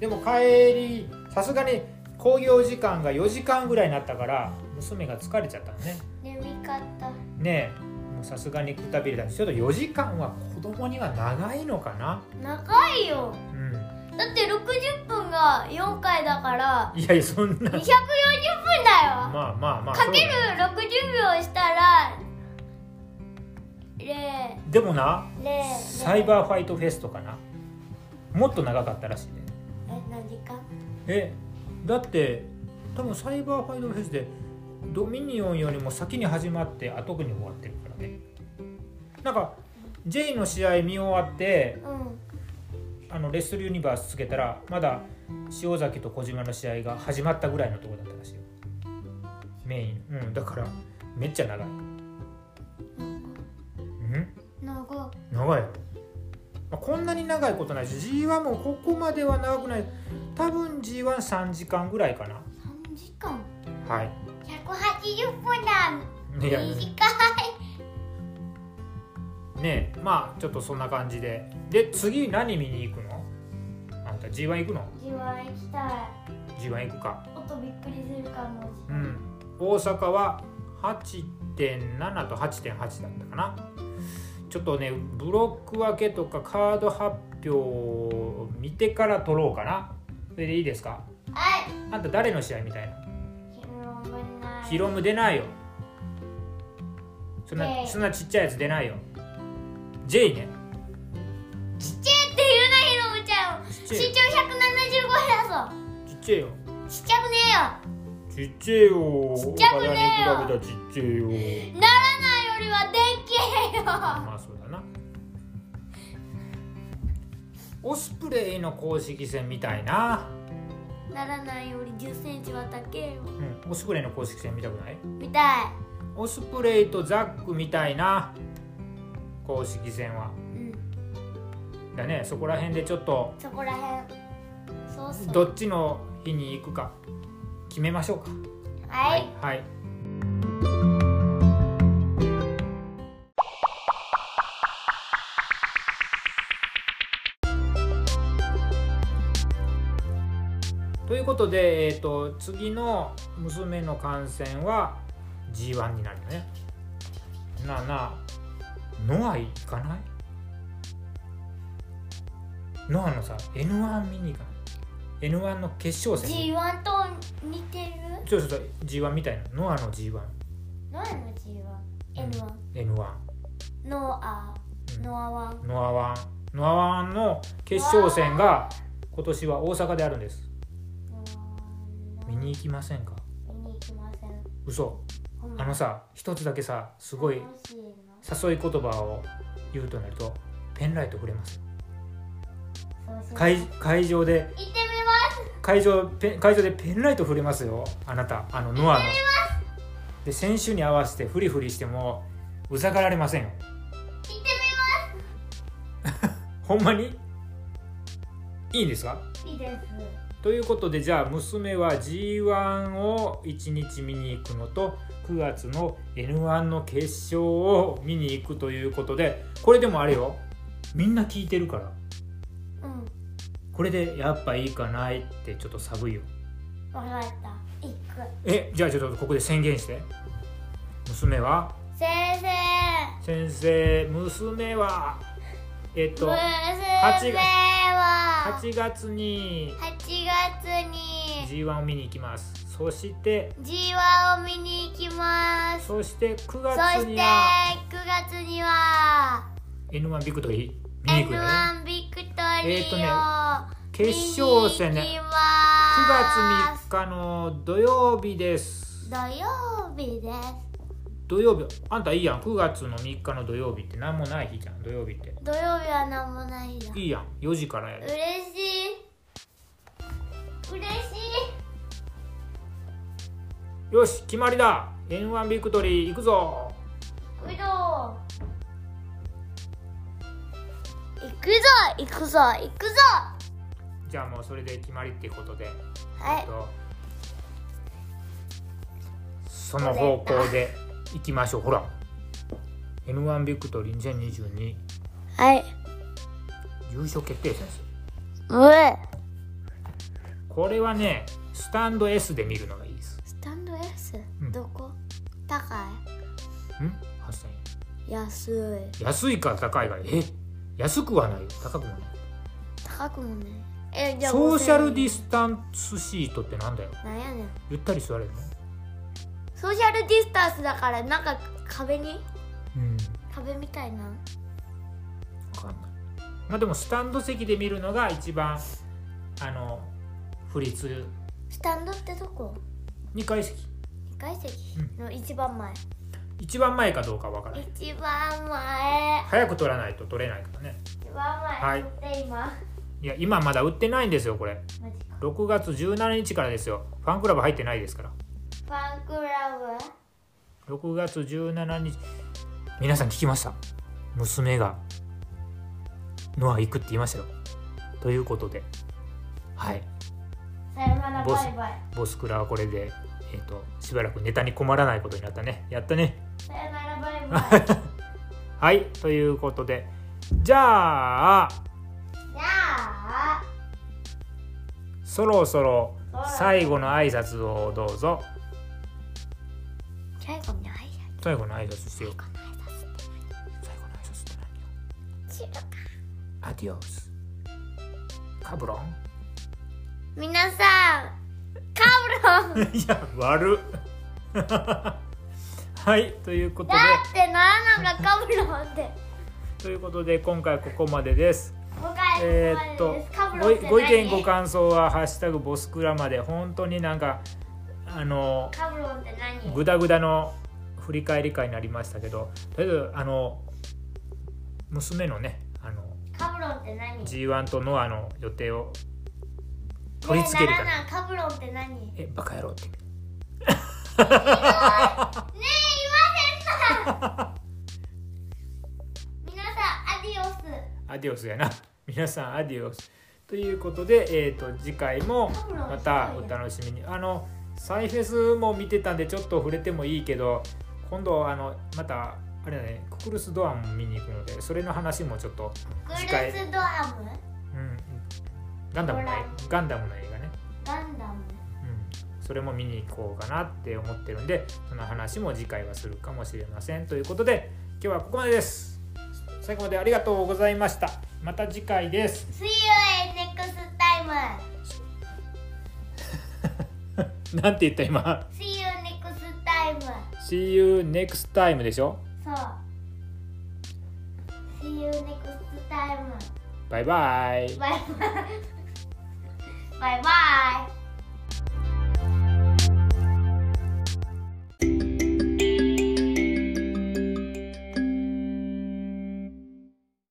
Speaker 1: でも帰りさすがに工業時間が4時間ぐらいになったから娘が疲れちゃったのね
Speaker 2: 眠かった
Speaker 1: ねえもうさすがにくたびれたちょっと4時間は子供には長いのかな
Speaker 2: 長いよ
Speaker 1: うん
Speaker 2: だって60分が4回だから
Speaker 1: いやいやそんな
Speaker 2: 240分だよ
Speaker 1: まあまあまあ
Speaker 2: かける
Speaker 1: そう
Speaker 2: 60秒したら0
Speaker 1: でもな
Speaker 2: 0
Speaker 1: サイバーファイトフェストかなもっと長かったらしいね
Speaker 2: え何時間
Speaker 1: えだって多分サイバーファイトフェスでドミニオンよりも先に始まって後に終わってるからねなんか J の試合見終わって
Speaker 2: うん
Speaker 1: あのレッスルユニバースつけたらまだ塩崎と小島の試合が始まったぐらいのとこだったらしいよメインうんだからめっちゃ長いうん
Speaker 2: 長
Speaker 1: 長いよ、まあ、こんなに長いことないし G1 もここまでは長くない多分 G13 時間ぐらいかな
Speaker 2: 3時間
Speaker 1: はい
Speaker 2: 180分だ
Speaker 1: いや
Speaker 2: 短い
Speaker 1: ねえまあちょっとそんな感じでで次何見に行くのあんた G1 行くの
Speaker 2: 自分行きたい
Speaker 1: G1 行くか
Speaker 2: 音びっくりするかもし
Speaker 1: う
Speaker 2: れない
Speaker 1: ん大阪は8.7と8.8だったかなちょっとねブロック分けとかカード発表を見てから取ろうかなそれでいいですか
Speaker 2: はい
Speaker 1: あんた誰の試合みたいな
Speaker 2: 広めない
Speaker 1: ヒロム出ないよそんな、
Speaker 2: ねえ
Speaker 1: そんなちっちゃいやつ出ないよ J ね
Speaker 2: ちっちゃいって言うなひろむちゃん
Speaker 1: ちっちゃい
Speaker 2: 身
Speaker 1: よ
Speaker 2: 長175だぞ
Speaker 1: ちっちゃいよ
Speaker 2: ちっちゃくね
Speaker 1: ちっちゃいよ。
Speaker 2: ちっちゃくねえよ
Speaker 1: お金に比べたらちっちゃいよ。
Speaker 2: えよならないよりは電
Speaker 1: まあそうだな。オスプレイの公式戦みたいな。
Speaker 2: 気 よならないより1 0ンチは高えよ
Speaker 1: うん、オスプレイの公式戦見たくない
Speaker 2: みたい
Speaker 1: オスプレイとザックみたいな公式戦は。
Speaker 2: うん
Speaker 1: だね、そこら辺でちょっと
Speaker 2: そこらへんそうそう
Speaker 1: どっちの日に行くか決めましょうか。
Speaker 2: はい
Speaker 1: はいいうことで、えー、と次の娘の感染は G1 になるよねなあなあノア行かないノアのさ N1 見に行かない N1 の決勝戦
Speaker 2: G1 と似てる
Speaker 1: そうそうそう G1 みたいなノアの G1N1
Speaker 2: 何の G1? N1 ノア
Speaker 1: うん
Speaker 2: ノアワン
Speaker 1: ノアワンノアワンの決勝戦が今年は大阪であるんです見に行きませんか
Speaker 2: 見に行きません
Speaker 1: 嘘
Speaker 2: ほん
Speaker 1: あ
Speaker 2: ま
Speaker 1: のさ一つだけさすごい
Speaker 2: 楽しいの
Speaker 1: 誘い言葉を言うとなるとペンライト触れます
Speaker 2: そうします
Speaker 1: 会
Speaker 2: 行って
Speaker 1: 会場で
Speaker 2: みます
Speaker 1: 会場ペン会場でペンライト触れますよあなたあのノアので選手に合わせてフリフリしてもうざがられませんよ
Speaker 2: 行って
Speaker 1: ほんまにいいんですか
Speaker 2: みいいです
Speaker 1: ということでじゃあ娘は G1 を1日見に行くのと9月の N1 の決勝を見に行くということでこれでもあれよみんな聞いてるから
Speaker 2: うん
Speaker 1: これでやっぱいいかないってちょっと寒いよ
Speaker 2: 分かった行く
Speaker 1: えじゃあちょっとここで宣言して娘は
Speaker 2: 先生
Speaker 1: 先生娘はえっと
Speaker 2: 娘
Speaker 1: 八月
Speaker 2: は
Speaker 1: 8月に
Speaker 2: 8月に
Speaker 1: G1 を見に行きますそして
Speaker 2: G1 を見に行きます
Speaker 1: そして9
Speaker 2: そし
Speaker 1: 月
Speaker 2: て
Speaker 1: に
Speaker 2: 9
Speaker 1: は
Speaker 2: 月には
Speaker 1: N1 ビクトリー見に行くよね
Speaker 2: N1 ビクトリ
Speaker 1: え
Speaker 2: ー
Speaker 1: ー
Speaker 2: を、
Speaker 1: とね決勝戦ね
Speaker 2: 見に行き
Speaker 1: 9
Speaker 2: ま
Speaker 1: 月3日の土曜日です
Speaker 2: す土曜日です
Speaker 1: 土曜日あんたいいやん9月の3日の土曜日って何もない日じゃん土曜日って
Speaker 2: 土曜日は何もない日だ
Speaker 1: いいやん4時からや
Speaker 2: 嬉
Speaker 1: る
Speaker 2: しい嬉し
Speaker 1: よし決まりだ N1 ビクトリー行くぞ
Speaker 2: いうど行くぞ行くぞ行くぞ
Speaker 1: じゃあもうそれで決まりってことで、
Speaker 2: は
Speaker 1: え
Speaker 2: い
Speaker 1: っとその方向で行きましょうほら N1 ビクトリー2022
Speaker 2: はい
Speaker 1: 優勝決定戦です
Speaker 2: うえ
Speaker 1: これはねスタンド S で見るのがいいです
Speaker 2: スタンド S、
Speaker 1: うん
Speaker 2: どこ高
Speaker 1: ん8000円
Speaker 2: い安い
Speaker 1: 安いか高いかえ安くはないよ高くもない
Speaker 2: 高くもねえじゃあ
Speaker 1: ソーシャルディ
Speaker 2: ス
Speaker 1: スタンスシートってなんだよ
Speaker 2: なんやねん
Speaker 1: ゆったり座れるの
Speaker 2: ソーシャルディスタンスだからなんか壁に
Speaker 1: うん
Speaker 2: 壁みたいな
Speaker 1: 分かんないまあでもスタンド席で見るのが一番あの不立
Speaker 2: スタンドってどこ
Speaker 1: 2階席
Speaker 2: 2階席の一番前、
Speaker 1: 一番前かどうかわからない
Speaker 2: 一番前
Speaker 1: 早く取らないと取れないからね
Speaker 2: 一番
Speaker 1: は
Speaker 2: 前
Speaker 1: い
Speaker 2: って今
Speaker 1: いや今まだ売ってないんですよこれ
Speaker 2: マジか
Speaker 1: 6月17日からですよファンクラブ入ってないですから
Speaker 2: ファンクラブ
Speaker 1: 6月17日皆さん聞きました娘がノア行くって言いましたよということではい
Speaker 2: さよなら
Speaker 1: ボス
Speaker 2: バイバイ
Speaker 1: ボスクラはこれでえっ、としばらくネタに困らないことになったねやったね
Speaker 2: さよならバイバイ じ
Speaker 1: はいということでじゃあ
Speaker 2: ゃあ
Speaker 1: そろそろ最後の挨拶をどうぞ
Speaker 2: 最後に挨
Speaker 1: 最後の挨拶してよ
Speaker 2: 拶
Speaker 1: 最後の挨拶って何よ
Speaker 2: しようか
Speaker 1: アディオスカブロン
Speaker 2: 皆さんカブロンだ
Speaker 1: いや悪っ はいということで
Speaker 2: ってなんなんかカブロンって
Speaker 1: ということで今回ここまでです
Speaker 2: 5回
Speaker 1: えー
Speaker 2: ここま
Speaker 1: っと
Speaker 2: でですカブロ
Speaker 1: ご
Speaker 2: ンっ
Speaker 1: い
Speaker 2: て
Speaker 1: ご意見
Speaker 2: 何
Speaker 1: ご感想は「ハッシュタグボスクラ」まで本当になんかあの
Speaker 2: カブロンって何
Speaker 1: グダグダの振り返り会になりましたけどとりあえずあの娘のねあの
Speaker 2: カブロンって何
Speaker 1: G1 とノアの予定を取り付けるから、
Speaker 2: ねえならなカブロンって何ねえ
Speaker 1: えバカ野郎って
Speaker 2: 言わせんな皆さんアディオス
Speaker 1: アディオスやな 皆さんアディオスということで、えー、と次回もまたお楽しみにあのサイフェスも見てたんでちょっと触れてもいいけど今度あのまたあれだねククルスドアも見に行くのでそれの話もちょっと次
Speaker 2: グル
Speaker 1: 回、
Speaker 2: スドアム
Speaker 1: うん、ガンダムの映画ガンダムの映画ね
Speaker 2: ガンダム
Speaker 1: それも見に行こうかなって思ってるんでその話も次回はするかもしれませんということで今日はここまでです最後までありがとうございましたまた次回です
Speaker 2: See you in next time!
Speaker 1: なんて言った今
Speaker 2: See you next time!
Speaker 1: See you next time でしょ
Speaker 2: そう。See you next time!
Speaker 1: バイバイ
Speaker 2: バイバイバイバイ